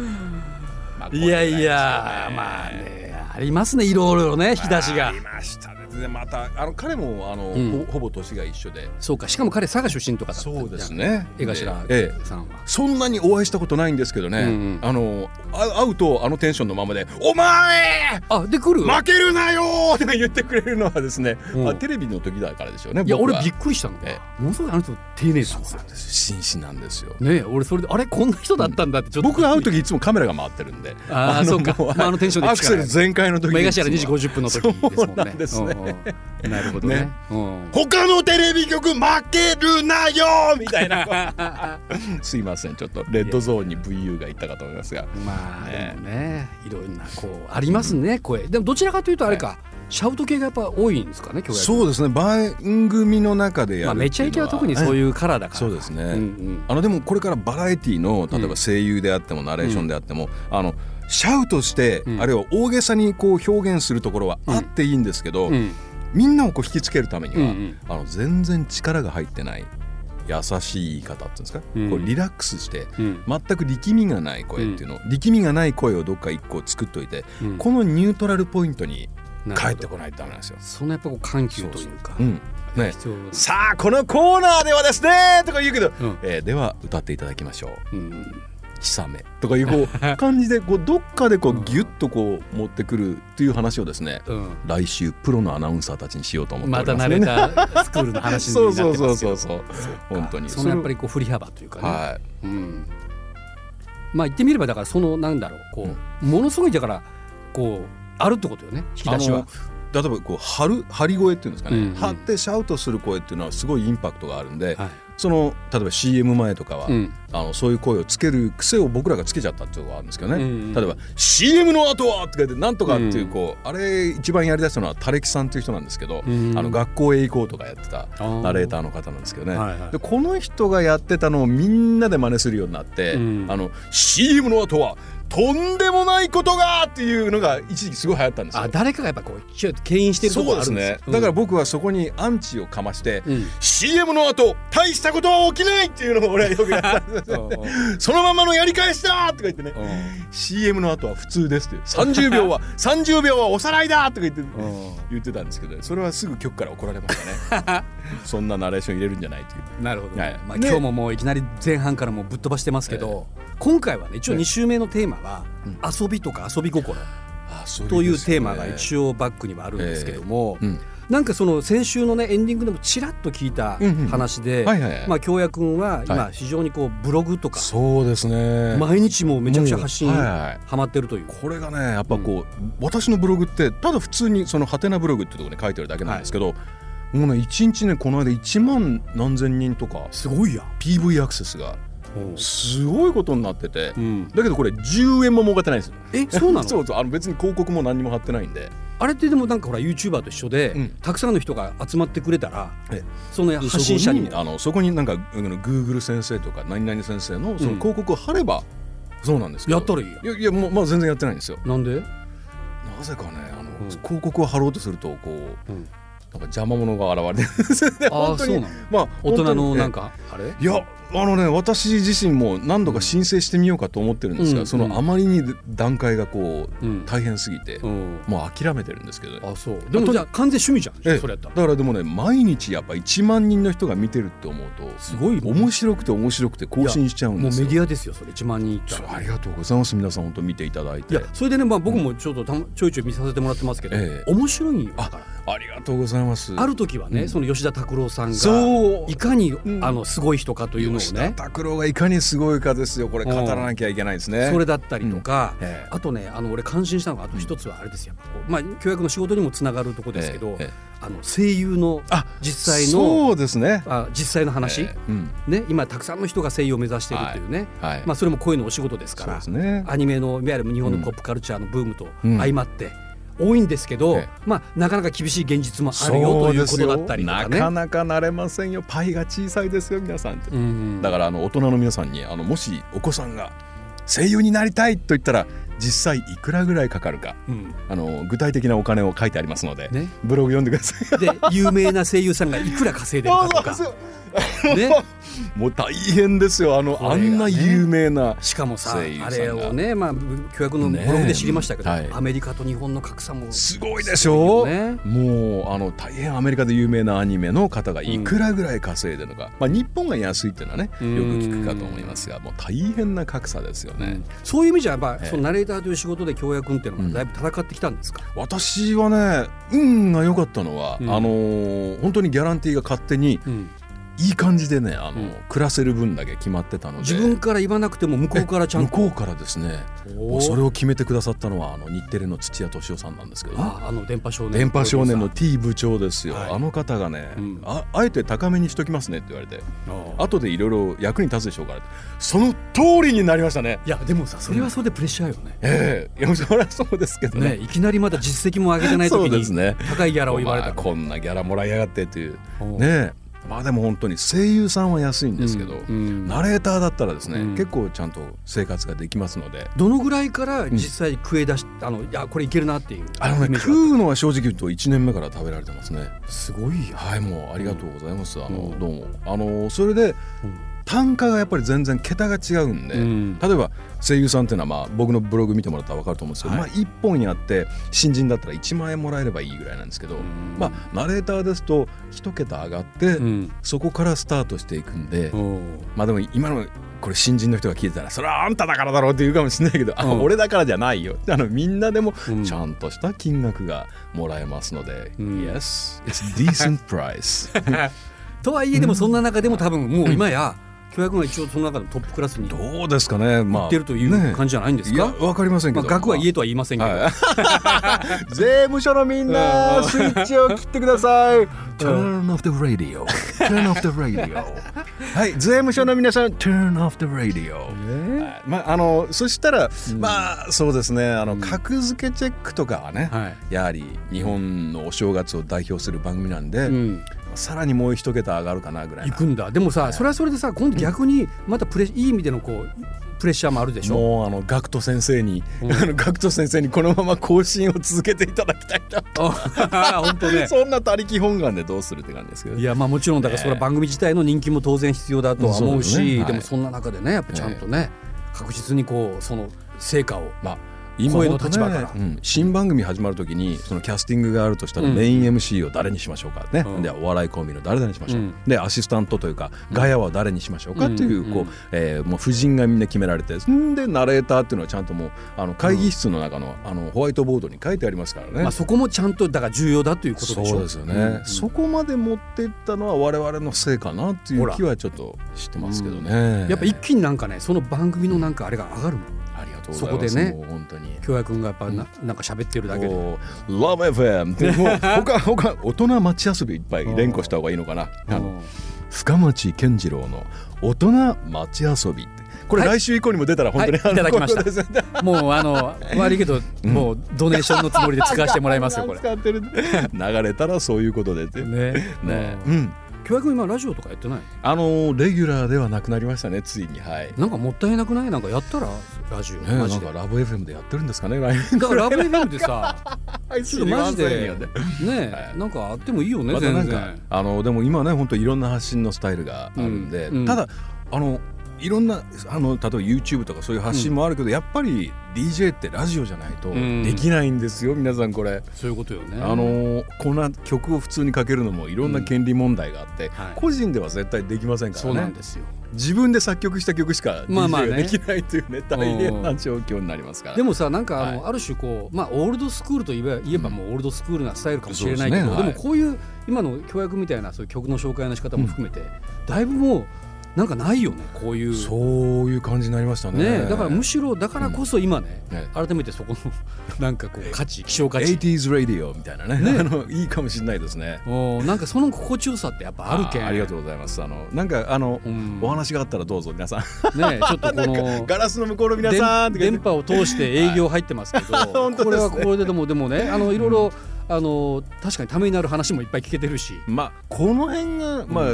[SPEAKER 2] いやいや、まあねありますねいろいろね引き出し
[SPEAKER 3] あ
[SPEAKER 2] が
[SPEAKER 3] りましたねでまたあの彼もあの、
[SPEAKER 2] うん
[SPEAKER 3] ほほぼ年が一緒で
[SPEAKER 2] そうかしかも彼佐賀出身とかだった
[SPEAKER 3] ね
[SPEAKER 2] 江頭
[SPEAKER 3] ええ
[SPEAKER 2] さんは、
[SPEAKER 3] そんなにお会いしたことないんですけどね、
[SPEAKER 2] うんうん
[SPEAKER 3] あのあ会うとあのテンションのままで「お前
[SPEAKER 2] あで来る
[SPEAKER 3] 負けるなよ!」って言ってくれるのはですね、
[SPEAKER 2] うん
[SPEAKER 3] あテレビの時だからでしょうね
[SPEAKER 2] いや
[SPEAKER 3] 僕は
[SPEAKER 2] 俺びっくりしたの、
[SPEAKER 3] え
[SPEAKER 2] ものすごいあの人丁寧さんですよ
[SPEAKER 3] 紳士なんですよ
[SPEAKER 2] ねえ俺それであれこんな人だったんだってちょっと
[SPEAKER 3] 僕が会う時いつもカメラが回ってるんで
[SPEAKER 2] あー
[SPEAKER 3] の
[SPEAKER 2] そうか
[SPEAKER 3] も
[SPEAKER 2] まああのテンションで
[SPEAKER 3] アクセル全開の時
[SPEAKER 2] まあ江頭
[SPEAKER 3] い
[SPEAKER 2] 2
[SPEAKER 3] つ
[SPEAKER 2] 時
[SPEAKER 3] も
[SPEAKER 2] 50分の時ですもんね。
[SPEAKER 3] そうなんですね
[SPEAKER 2] うんうんなるほどね。
[SPEAKER 3] ね
[SPEAKER 2] うん
[SPEAKER 3] 他のテレビ局負けるなよみた いなすいませんちょっとレッドゾーンに VU がいったかと思いますが
[SPEAKER 2] まあ
[SPEAKER 3] ね
[SPEAKER 2] でもね、いろんなこうありますね声。でもどちらかというとあれか、シャウト系がやっぱ多いんですかね今日
[SPEAKER 3] そうですね番組の中でやる
[SPEAKER 2] まあめちゃイケは特にそう
[SPEAKER 3] う
[SPEAKER 2] いうカラーだから。
[SPEAKER 3] そうですね、
[SPEAKER 2] うんうん。
[SPEAKER 3] あのでもこれからバラエティの例えば声優であってもナレーションであっても、あのシャウトして、
[SPEAKER 2] うん
[SPEAKER 3] あるいは大げさにこう表現するところはあっていいんですけど、
[SPEAKER 2] うん
[SPEAKER 3] みんなをこう引きつけるためには、
[SPEAKER 2] うんうん
[SPEAKER 3] あの全然力が入ってない優しい言い方っていうんですか、
[SPEAKER 2] うん
[SPEAKER 3] こうリラックスして
[SPEAKER 2] うん
[SPEAKER 3] 全く力みがない声っていうの、力みがない声をどっか一個作っといて、
[SPEAKER 2] うん
[SPEAKER 3] このニュートラルポイントに
[SPEAKER 2] なるほど
[SPEAKER 3] 帰ってこないとダメなんですよ。
[SPEAKER 2] そのやっぱこう緩急というか。
[SPEAKER 3] うんね、
[SPEAKER 2] 必要です
[SPEAKER 3] さあこのコーナーではですねとか言うけど、
[SPEAKER 2] うん
[SPEAKER 3] えーでは歌っていただきましょう。
[SPEAKER 2] うん
[SPEAKER 3] 久めとかいうこう感 じでこうどっかでこうギュッとこう持ってくるっていう話をですね、
[SPEAKER 2] うん
[SPEAKER 3] 来週プロのアナウンサーたちにしようと思ってお
[SPEAKER 2] ま
[SPEAKER 3] り
[SPEAKER 2] た
[SPEAKER 3] ます
[SPEAKER 2] 慣
[SPEAKER 3] ね。
[SPEAKER 2] れたスクールの話にな
[SPEAKER 3] そ
[SPEAKER 2] っ
[SPEAKER 3] う
[SPEAKER 2] てま
[SPEAKER 3] そ
[SPEAKER 2] す
[SPEAKER 3] う
[SPEAKER 2] け
[SPEAKER 3] そ
[SPEAKER 2] ど
[SPEAKER 3] うそうそう本当に
[SPEAKER 2] そのやっぱりこう振り幅というかね、
[SPEAKER 3] は
[SPEAKER 2] うん、まあ言ってみればだからそのなんだろうこう、ものすごいだからこうあるってことよね引き
[SPEAKER 3] い
[SPEAKER 2] 出しは。
[SPEAKER 3] あの例えばこう張る張り声っていうんですかね、
[SPEAKER 2] うんうん
[SPEAKER 3] 張ってシャウトする声っていうのはすごいインパクトがあるんで、
[SPEAKER 2] はい
[SPEAKER 3] その例えば CM 前とかは、
[SPEAKER 2] うん
[SPEAKER 3] あのそういう声をつける癖を僕らがつけちゃったっていうのがあるんですけどね、
[SPEAKER 2] うんうん
[SPEAKER 3] 例えば「CM の後は!」とか言って「なんとか」っていうこう、あれ一番やりだしたのはタレキさんっていう人なんですけど、
[SPEAKER 2] うん
[SPEAKER 3] あの学校へ行こうとかやってた
[SPEAKER 2] あー
[SPEAKER 3] ナレーターの方なんですけどね、
[SPEAKER 2] はいはい
[SPEAKER 3] でこの人がやってたのをみんなで真似するようになって「
[SPEAKER 2] うん
[SPEAKER 3] あの CM の後はとんでもないことが!」っていうのが一時期すごい流行ったんですよ
[SPEAKER 2] あ。誰かがやっぱこうちょっと牽引してるとこ
[SPEAKER 3] そ
[SPEAKER 2] ろ
[SPEAKER 3] うで
[SPEAKER 2] あ
[SPEAKER 3] す
[SPEAKER 2] るんです
[SPEAKER 3] ね
[SPEAKER 2] よ、
[SPEAKER 3] だから僕はそこにアンチをかまして、
[SPEAKER 2] うん
[SPEAKER 3] CM の後大したことは起きないっていうのを俺はよくやったんですよそのままのやり返しだとか言ってね CM の後は普通ですって30秒は30秒はおさらいだとか言って言ってたんですけどそれはすぐ局から怒られましたね そんなナレーション入れるんじゃないという
[SPEAKER 2] なるほど、
[SPEAKER 3] はい
[SPEAKER 2] まあ、
[SPEAKER 3] ね
[SPEAKER 2] 今日ももういきなり前半からもうぶっ飛ばしてますけど、今回はね一応2週目のテーマは遊びとか遊び心
[SPEAKER 3] あそ
[SPEAKER 2] というテーマが
[SPEAKER 3] 応
[SPEAKER 2] 一応バックにはあるんですけども、
[SPEAKER 3] ええうん
[SPEAKER 2] なんかその先週のねエンディングでもちらっと聞いた
[SPEAKER 3] うんうん
[SPEAKER 2] 話で
[SPEAKER 3] はいはいはい
[SPEAKER 2] まあ京也君は今
[SPEAKER 3] は
[SPEAKER 2] 非常にこうブログとか
[SPEAKER 3] そうですね
[SPEAKER 2] 毎日もうめちゃくちゃ発信
[SPEAKER 3] もうはいはい
[SPEAKER 2] ハマってるという。
[SPEAKER 3] これがねやっぱこう、私のブログってただ普通にそのハテナブログってところに書いてるだけなんですけど、もうね一日ねこの間1万何千人とか
[SPEAKER 2] すごいや
[SPEAKER 3] PV アクセスがすごいことになってて、
[SPEAKER 2] うん
[SPEAKER 3] だけどこれ10円も儲かってないんですよ。
[SPEAKER 2] えそうなの
[SPEAKER 3] そうそうあの別に広告も何にも貼ってないんで
[SPEAKER 2] あれってでもなんかほら YouTuber と一緒で、
[SPEAKER 3] うん
[SPEAKER 2] たくさんの人が集まってくれたら
[SPEAKER 3] ええ
[SPEAKER 2] その発信者に
[SPEAKER 3] そこにあのそこになんかあの Google 先生とか何々先生のその広告を貼れば、そうなんですけど
[SPEAKER 2] やったらいいや
[SPEAKER 3] いやいやもう、まあ、全然やってないんですよ。
[SPEAKER 2] なんで
[SPEAKER 3] なぜかねあの、
[SPEAKER 2] うん
[SPEAKER 3] 広告を貼ろうとするとこう
[SPEAKER 2] うん
[SPEAKER 3] なんか邪魔者が現れてるんですよね
[SPEAKER 2] あー
[SPEAKER 3] 本当に
[SPEAKER 2] そうなの
[SPEAKER 3] まあ
[SPEAKER 2] 大人のなん
[SPEAKER 3] か
[SPEAKER 2] かあれ
[SPEAKER 3] いやあのね私自身も何度か申請してみようかと思ってるんですが、
[SPEAKER 2] うん
[SPEAKER 3] そのあまりに段階がこう、
[SPEAKER 2] うん
[SPEAKER 3] 大変すぎて、
[SPEAKER 2] うん
[SPEAKER 3] もう諦めてるんですけど、ね
[SPEAKER 2] あそうでもじゃあ完全趣味じゃん、
[SPEAKER 3] ええ
[SPEAKER 2] それやった
[SPEAKER 3] だ
[SPEAKER 2] ら
[SPEAKER 3] からでもね毎日やっぱ1万人の人が見てるって思うと
[SPEAKER 2] すごいね
[SPEAKER 3] 面白くて面白くて更新しちゃうん
[SPEAKER 2] もう
[SPEAKER 3] で
[SPEAKER 2] メ
[SPEAKER 3] すよ
[SPEAKER 2] ディアですよそれ1万人いった
[SPEAKER 3] そう
[SPEAKER 2] ら
[SPEAKER 3] ありがとうございます皆さん本当見ていただい
[SPEAKER 2] い
[SPEAKER 3] て
[SPEAKER 2] やそれでね、まあ、僕もちょっとたまちょいちょい見させてもらってますけど、
[SPEAKER 3] ええ
[SPEAKER 2] 面白いんよだ
[SPEAKER 3] あ
[SPEAKER 2] から
[SPEAKER 3] ありがとうございます
[SPEAKER 2] ある時はね、その吉田拓郎さんが
[SPEAKER 3] そう
[SPEAKER 2] いかに、
[SPEAKER 3] ん
[SPEAKER 2] あのすごい人かというのを
[SPEAKER 3] 吉田
[SPEAKER 2] ね
[SPEAKER 3] 拓郎がいかにすごいかですよこれ語らなきゃいけないですね
[SPEAKER 2] それだったりとか、
[SPEAKER 3] うんええ
[SPEAKER 2] あとねあの俺感心したのがあと一つはあれですよ、やっぱこうまあ教約の仕事にもつながるとこですけど、
[SPEAKER 3] ええええ
[SPEAKER 2] あの声優の
[SPEAKER 3] あ
[SPEAKER 2] 実際の
[SPEAKER 3] そうですね
[SPEAKER 2] あ実際の話、
[SPEAKER 3] ええうん
[SPEAKER 2] ね、今たくさんの人が声優を目指しているというね、
[SPEAKER 3] はいはい
[SPEAKER 2] まあ、それも声のお仕事ですから
[SPEAKER 3] そうですね
[SPEAKER 2] アニメのいわゆる日本のポップカルチャーのブームと
[SPEAKER 3] うん
[SPEAKER 2] 相まって。多いんですけど、
[SPEAKER 3] ええ
[SPEAKER 2] まあ、なかなか厳しい現実もあるよということだったりとか
[SPEAKER 3] そうです
[SPEAKER 2] ね。
[SPEAKER 3] よなかなかなれませんよパイが小さいですよ皆さんって、
[SPEAKER 2] うん
[SPEAKER 3] だからあの大人の皆さんにあのもしお子さんが声優になりたいと言ったら実際いくらぐらいかかるか
[SPEAKER 2] うん
[SPEAKER 3] あの具体的なお金を書いてありますので、
[SPEAKER 2] ね
[SPEAKER 3] ブログ読んでくださ い
[SPEAKER 2] で有名な声優さんがいくら稼いでるかとか、
[SPEAKER 3] そうそう
[SPEAKER 2] ね、
[SPEAKER 3] もう大変ですよあの、
[SPEAKER 2] これ
[SPEAKER 3] あ
[SPEAKER 2] がね
[SPEAKER 3] んな有名な
[SPEAKER 2] しかもさ
[SPEAKER 3] 声優さんが
[SPEAKER 2] あれをね、まあ、教約のブログで知りましたけど、
[SPEAKER 3] ねえはい
[SPEAKER 2] アメリカと日本の格差も
[SPEAKER 3] すごいでしょ
[SPEAKER 2] すご
[SPEAKER 3] う、
[SPEAKER 2] いよね
[SPEAKER 3] もうあの大変アメリカで有名なアニメの方がいくらぐらい稼いでるのか、まあ、日本が安いっていうのはねよく
[SPEAKER 2] うん
[SPEAKER 3] 聞くかと思いますがもう大変な格差ですよね。
[SPEAKER 2] そういう意味じゃやっぱ、
[SPEAKER 3] ええ
[SPEAKER 2] そのナレーターという仕事で京也君っていうのもだいぶ戦ってきたんですか、
[SPEAKER 3] 私はね運が良かったのは、
[SPEAKER 2] うん
[SPEAKER 3] あのー本当にギャランティーが勝手に
[SPEAKER 2] うん
[SPEAKER 3] いい感じでねあの、
[SPEAKER 2] うん
[SPEAKER 3] 暮らせる分だけ決まってたので
[SPEAKER 2] 自分から言わなくても向こうからちゃんと
[SPEAKER 3] 向こうからですねもうそれを決めてくださったのはあの日テレの土屋敏夫さんなんですけど、ね、
[SPEAKER 2] ああの電波少年
[SPEAKER 3] 電波少年の T 部長ですよ、
[SPEAKER 2] はい
[SPEAKER 3] あの方がね、
[SPEAKER 2] うん
[SPEAKER 3] ああえて高めにしときますねって言われて
[SPEAKER 2] あ
[SPEAKER 3] 後でいろいろ役に立つでしょうからってその通りになりましたね
[SPEAKER 2] いやでもさそれはそれでプレッシャーよね、
[SPEAKER 3] ええいやそりゃそうですけど
[SPEAKER 2] ね
[SPEAKER 3] ね
[SPEAKER 2] いきなりまだ実績も上げてない時
[SPEAKER 3] そうです
[SPEAKER 2] に
[SPEAKER 3] ね
[SPEAKER 2] 高いギャラを言われた
[SPEAKER 3] お
[SPEAKER 2] ら
[SPEAKER 3] 前こんなギャラもらいやがってという
[SPEAKER 2] おう
[SPEAKER 3] ねえまあでも本当に声優さんは安いんですけど、
[SPEAKER 2] うんうん
[SPEAKER 3] ナレーターだったらですね、
[SPEAKER 2] うん
[SPEAKER 3] 結構ちゃんと生活ができますので。
[SPEAKER 2] どのぐらいから実際食え出し、あのいやこれいけるなっていう
[SPEAKER 3] あの
[SPEAKER 2] イメ
[SPEAKER 3] ね、
[SPEAKER 2] ージが
[SPEAKER 3] 食うのは正直言うと1年目から食べられてますね。
[SPEAKER 2] すごいよ、
[SPEAKER 3] はいもうありがとうございます、あ
[SPEAKER 2] う
[SPEAKER 3] の
[SPEAKER 2] ん
[SPEAKER 3] どうもあのそれで単価がやっぱり全然桁が違うんで、
[SPEAKER 2] うん
[SPEAKER 3] 例えば声優さんっていうのは、まあ、僕のブログ見てもらったら分かると思うんですけど、
[SPEAKER 2] はい
[SPEAKER 3] まあ、1本やって新人だったら1万円もらえればいいぐらいなんですけど、
[SPEAKER 2] ん
[SPEAKER 3] まあ、ナレーターですと1桁上がって、
[SPEAKER 2] うん
[SPEAKER 3] そこからスタートしていくんで、
[SPEAKER 2] おう
[SPEAKER 3] まあでも今のこれ新人の人が聞いてたらそれはあんただからだろうって言うかもしれないけど、あ
[SPEAKER 2] うん
[SPEAKER 3] 俺だからじゃないよあのみんなでも
[SPEAKER 2] うん
[SPEAKER 3] ちゃんとした金額がもらえますので、
[SPEAKER 2] うん
[SPEAKER 3] Yes it's decent price
[SPEAKER 2] とはいえでもそんな中でも多分もう今や、京也君は一応その中でもトップクラスに行
[SPEAKER 4] どうですかねまあ
[SPEAKER 2] ってるという感じじゃないんです
[SPEAKER 4] いや
[SPEAKER 2] か、
[SPEAKER 4] わかりませんけ
[SPEAKER 2] まあ、
[SPEAKER 4] ど、
[SPEAKER 2] 額は
[SPEAKER 4] え
[SPEAKER 2] 家とは言いませんけど、
[SPEAKER 4] はい
[SPEAKER 3] 税務署のみんなスイッチを切ってください
[SPEAKER 4] Turn off the radio Turn off the radio
[SPEAKER 3] はい税務署の皆さん
[SPEAKER 4] Turn off the radio
[SPEAKER 3] はいまああのそしたら、まあそうですねあの格付けチェックとかはね、
[SPEAKER 2] はい
[SPEAKER 3] やはり日本のお正月を代表する番組なんで、
[SPEAKER 2] うん、
[SPEAKER 3] さらにもう一桁上がるかなぐらい
[SPEAKER 2] 行
[SPEAKER 3] な
[SPEAKER 2] くんだでもさそれはそれでさ今度逆にまたプレいい意味でのこうプレッシャーもあるでしょ
[SPEAKER 3] もうあのガクト先生に、
[SPEAKER 2] うん
[SPEAKER 3] あの ガクト先生にこのまま更新を続けていただきたいなと、
[SPEAKER 2] あ 本当ね
[SPEAKER 3] そんな他力本願でどうするって感じですけど
[SPEAKER 2] いやまあもちろんだからそれは番組自体の人気も当然必要だとは思うし、
[SPEAKER 3] そうですね
[SPEAKER 2] で
[SPEAKER 3] はい
[SPEAKER 2] もそんな中でねやっぱちゃんとね、確実にこうその成果を
[SPEAKER 3] まあ
[SPEAKER 2] 声の
[SPEAKER 3] 本当
[SPEAKER 2] 立場から
[SPEAKER 3] うん新番組始まるときにそのキャスティングがあるとしたら
[SPEAKER 2] うん
[SPEAKER 3] メイン MC を誰にしましょうかね、
[SPEAKER 2] うん
[SPEAKER 3] でお笑いコンビの誰々にしましょう、
[SPEAKER 2] うん
[SPEAKER 3] でアシスタントというかガヤは誰にしましょうかっていううんこう
[SPEAKER 2] うん
[SPEAKER 3] えーもう夫人がみんな決められてんでナレーターっていうのはちゃんともうあの会議室の中のあのホワイトボードに書いてありますからね。
[SPEAKER 2] まあ、そこもちゃんとだから重要だということでしょ
[SPEAKER 3] そうですよね、
[SPEAKER 2] うん
[SPEAKER 3] そこまで持っていったのは我々のせいかなっていう気はちょっとしてますけどね。
[SPEAKER 2] やっぱ一気になんかねその番組のなんかあれが上がるもん
[SPEAKER 3] ありがとうございます。
[SPEAKER 2] そこでね
[SPEAKER 3] もう本当に。
[SPEAKER 2] 京也君がやっぱな,、なんか喋ってるだけで
[SPEAKER 3] こう LoveFM でもう他他大人町遊びいっぱい連呼した方がいいのかなあの深町健次郎の大人町遊びってこれ
[SPEAKER 2] は
[SPEAKER 3] 来週以降にも出たら本当に、
[SPEAKER 2] はいいただきました
[SPEAKER 3] あのこういうことですね
[SPEAKER 2] もうあ の悪いけど、もうドネーションのつもりで使わせてもらいますよこれ。ね
[SPEAKER 3] 使ってる流れたらそういうことでってね
[SPEAKER 2] ね
[SPEAKER 3] うん
[SPEAKER 2] 京也君今ラジオとかやってない
[SPEAKER 3] あのレギュラーではなくなりましたねついにはいね
[SPEAKER 2] なんかもったいなくないなんかやったらラジオ、
[SPEAKER 3] な
[SPEAKER 2] マ
[SPEAKER 3] ん
[SPEAKER 2] ジ
[SPEAKER 3] か
[SPEAKER 2] で。
[SPEAKER 3] ラブ FM でやってるんですかね 来
[SPEAKER 2] だからラブ FM でさ
[SPEAKER 3] 年
[SPEAKER 2] ちょっとマ ジでね
[SPEAKER 3] は
[SPEAKER 2] えなんかあってもいいよね
[SPEAKER 3] またな
[SPEAKER 2] 全
[SPEAKER 3] んか
[SPEAKER 2] 然
[SPEAKER 3] あのでも今ね本当いろんな発信のスタイルがあるんで、
[SPEAKER 2] うんうん
[SPEAKER 3] ただあのいろんなあの例えば YouTube とかそういう発信もあるけど、やっぱり DJ ってラジオじゃないと
[SPEAKER 2] うん
[SPEAKER 3] できないんですよ、皆さんこれ、
[SPEAKER 2] そういうことよね
[SPEAKER 3] あのこんな曲を普通にかけるのもいろんな権利問題があって、
[SPEAKER 2] はい
[SPEAKER 3] 個人では絶対できませんか
[SPEAKER 2] そうな
[SPEAKER 3] ら
[SPEAKER 2] ん
[SPEAKER 3] ね
[SPEAKER 2] ですよ
[SPEAKER 3] 自分で作曲した曲しか
[SPEAKER 2] まあ
[SPEAKER 3] DJ
[SPEAKER 2] まあね
[SPEAKER 3] ができないというね大変な状況になりますから。
[SPEAKER 2] でもさなんかあの、
[SPEAKER 3] は
[SPEAKER 2] ある種こうまあオールドスクールといえば言えばもうオールドスクールなスタイルかもしれないけど、
[SPEAKER 3] そ
[SPEAKER 2] で
[SPEAKER 3] うですねはい
[SPEAKER 2] もこういう今の教約みたいなそういう曲の紹介の仕方も含めて、だいぶもうなんかないよねこういう
[SPEAKER 3] そういう感じになりましたね。
[SPEAKER 2] ねえだからむしろだからこそ今ね、
[SPEAKER 3] ね
[SPEAKER 2] 改めてそこの なんかこう価値希少価値
[SPEAKER 3] 80s radio みたいなねあのいいかもしれないですね。
[SPEAKER 2] おーなんかその心地よさってやっぱあるけん
[SPEAKER 3] ありがとうございますあのなんかあの、
[SPEAKER 2] うん
[SPEAKER 3] お話があったらどうぞ皆さ ん
[SPEAKER 2] ねえちょっとこの
[SPEAKER 3] ガラスの向こうの皆さんって
[SPEAKER 2] 電
[SPEAKER 3] 感
[SPEAKER 2] 電波を通して営業入ってますけど、
[SPEAKER 3] 本当
[SPEAKER 2] こ
[SPEAKER 3] で
[SPEAKER 2] れ
[SPEAKER 3] すね
[SPEAKER 2] はこれででもでもねあのいろいろ、あの確かにためになる話もいっぱい聞けてるし、
[SPEAKER 3] じまあこの辺が、まあ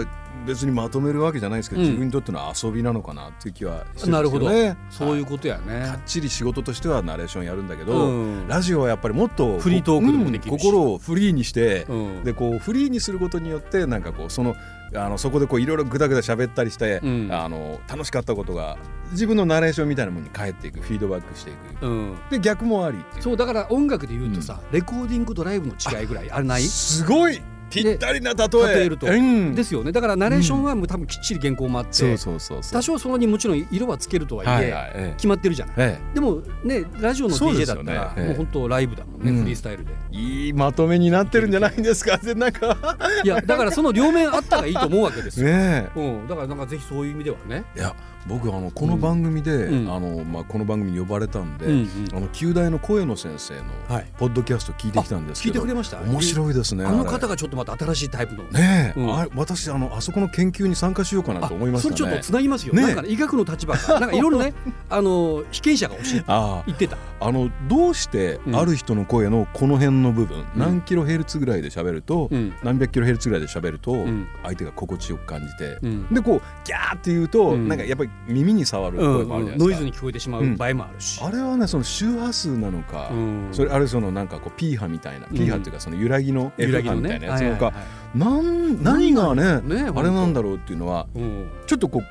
[SPEAKER 3] 別にまとめるわけじゃないですけど、
[SPEAKER 2] うん
[SPEAKER 3] 自分にとっての遊びなのかなっていう気はしてるんですよね
[SPEAKER 2] なるほど、そういううことやね。
[SPEAKER 3] かっちり仕事としてはナレーションやるんだけど、
[SPEAKER 2] うん
[SPEAKER 3] ラジオはやっぱりもっと
[SPEAKER 2] フリートークでもでき
[SPEAKER 3] うん
[SPEAKER 2] るし
[SPEAKER 3] 心をフリーにして、
[SPEAKER 2] うん
[SPEAKER 3] でこうフリーにすることによってなんかこうそのあのそこでこういろいろぐだぐだ喋ったりして、
[SPEAKER 2] うん
[SPEAKER 3] あの楽しかったことが自分のナレーションみたいなものに返っていくフィードバックしていく
[SPEAKER 2] うん
[SPEAKER 3] で逆もありっていう
[SPEAKER 2] そうだから音楽で言うとさ、レコーディングとライブの違いぐらいあれない
[SPEAKER 3] すごいぴったりな例え
[SPEAKER 2] 例えると
[SPEAKER 3] うん
[SPEAKER 2] ですよねだからナレーションはもう多分きっちり原稿もあって、
[SPEAKER 3] そうそうそうそう
[SPEAKER 2] 多少そのにもちろん色はつけるとはいえ、
[SPEAKER 3] はいはいえ
[SPEAKER 2] 決まってるじゃない。
[SPEAKER 3] ええ
[SPEAKER 2] でもねラジオの
[SPEAKER 3] そう
[SPEAKER 2] DJ
[SPEAKER 3] です
[SPEAKER 2] だっ
[SPEAKER 3] よ
[SPEAKER 2] た
[SPEAKER 3] ね
[SPEAKER 2] ら、
[SPEAKER 3] ええ
[SPEAKER 2] もう本当ライブだもんね、
[SPEAKER 3] うん
[SPEAKER 2] フリースタイルで。
[SPEAKER 3] えいいまとめになってるんじゃないんで すかでなんか
[SPEAKER 2] いやだからその両面あったらいいと思うわけですよ。
[SPEAKER 3] ね
[SPEAKER 2] うん、だからなんかぜひそういう意味ではね。
[SPEAKER 3] えいや僕あのこの番組で、
[SPEAKER 2] うん
[SPEAKER 3] あのまあこの番組に呼ばれたんで、
[SPEAKER 2] うんうん
[SPEAKER 3] あの旧大の声の先生の
[SPEAKER 2] はい
[SPEAKER 3] ポッドキャスト聞いてきたんです
[SPEAKER 2] 聞
[SPEAKER 3] け
[SPEAKER 2] いて
[SPEAKER 3] ど、
[SPEAKER 2] くれました。
[SPEAKER 3] 面白いですね
[SPEAKER 2] あの
[SPEAKER 3] れ
[SPEAKER 2] 方がちょっとまた新しいタイプの。
[SPEAKER 3] ねえ、
[SPEAKER 2] うん
[SPEAKER 3] あ私あのあそこの研究に参加しようかなと思いま
[SPEAKER 2] そ
[SPEAKER 3] し
[SPEAKER 2] れち
[SPEAKER 3] た
[SPEAKER 2] ょっと
[SPEAKER 3] ね
[SPEAKER 2] つなぎますよ。
[SPEAKER 3] ね
[SPEAKER 2] なんかね医学の立場からなんかいろいろ ねあの被験者が教えて
[SPEAKER 3] ああ
[SPEAKER 2] 言ってた。
[SPEAKER 3] あのどうして
[SPEAKER 2] うん
[SPEAKER 3] ある人の声のこの辺の部分、
[SPEAKER 2] ん
[SPEAKER 3] 何キロヘルツぐらいで喋ると、
[SPEAKER 2] うん
[SPEAKER 3] 何百キロヘルツぐらいで喋ると、
[SPEAKER 2] ん
[SPEAKER 3] 相手が心地よく感じて、
[SPEAKER 2] うん
[SPEAKER 3] でこうギャーって言うと、
[SPEAKER 2] うん
[SPEAKER 3] なんかやっぱり耳に触る
[SPEAKER 2] うん
[SPEAKER 3] 声もあるじゃない
[SPEAKER 2] ノ
[SPEAKER 3] で
[SPEAKER 2] イ
[SPEAKER 3] す
[SPEAKER 2] ズ
[SPEAKER 3] か、
[SPEAKER 2] に聞こえてしまう場合もあるし。
[SPEAKER 3] あれはねその周波数なのか、
[SPEAKER 2] うん
[SPEAKER 3] それあれそのなんかこうピーハみたいな、
[SPEAKER 2] ん
[SPEAKER 3] ピーハっていうかその揺らぎの
[SPEAKER 2] 揺ら
[SPEAKER 3] F
[SPEAKER 2] ぎの
[SPEAKER 3] 波
[SPEAKER 2] ね
[SPEAKER 3] みたいなやつなの
[SPEAKER 2] は
[SPEAKER 3] か
[SPEAKER 2] いはいは
[SPEAKER 3] なん何がね
[SPEAKER 2] ね
[SPEAKER 3] あれなんだろうっていうのは
[SPEAKER 2] うん。
[SPEAKER 3] ちょっとこ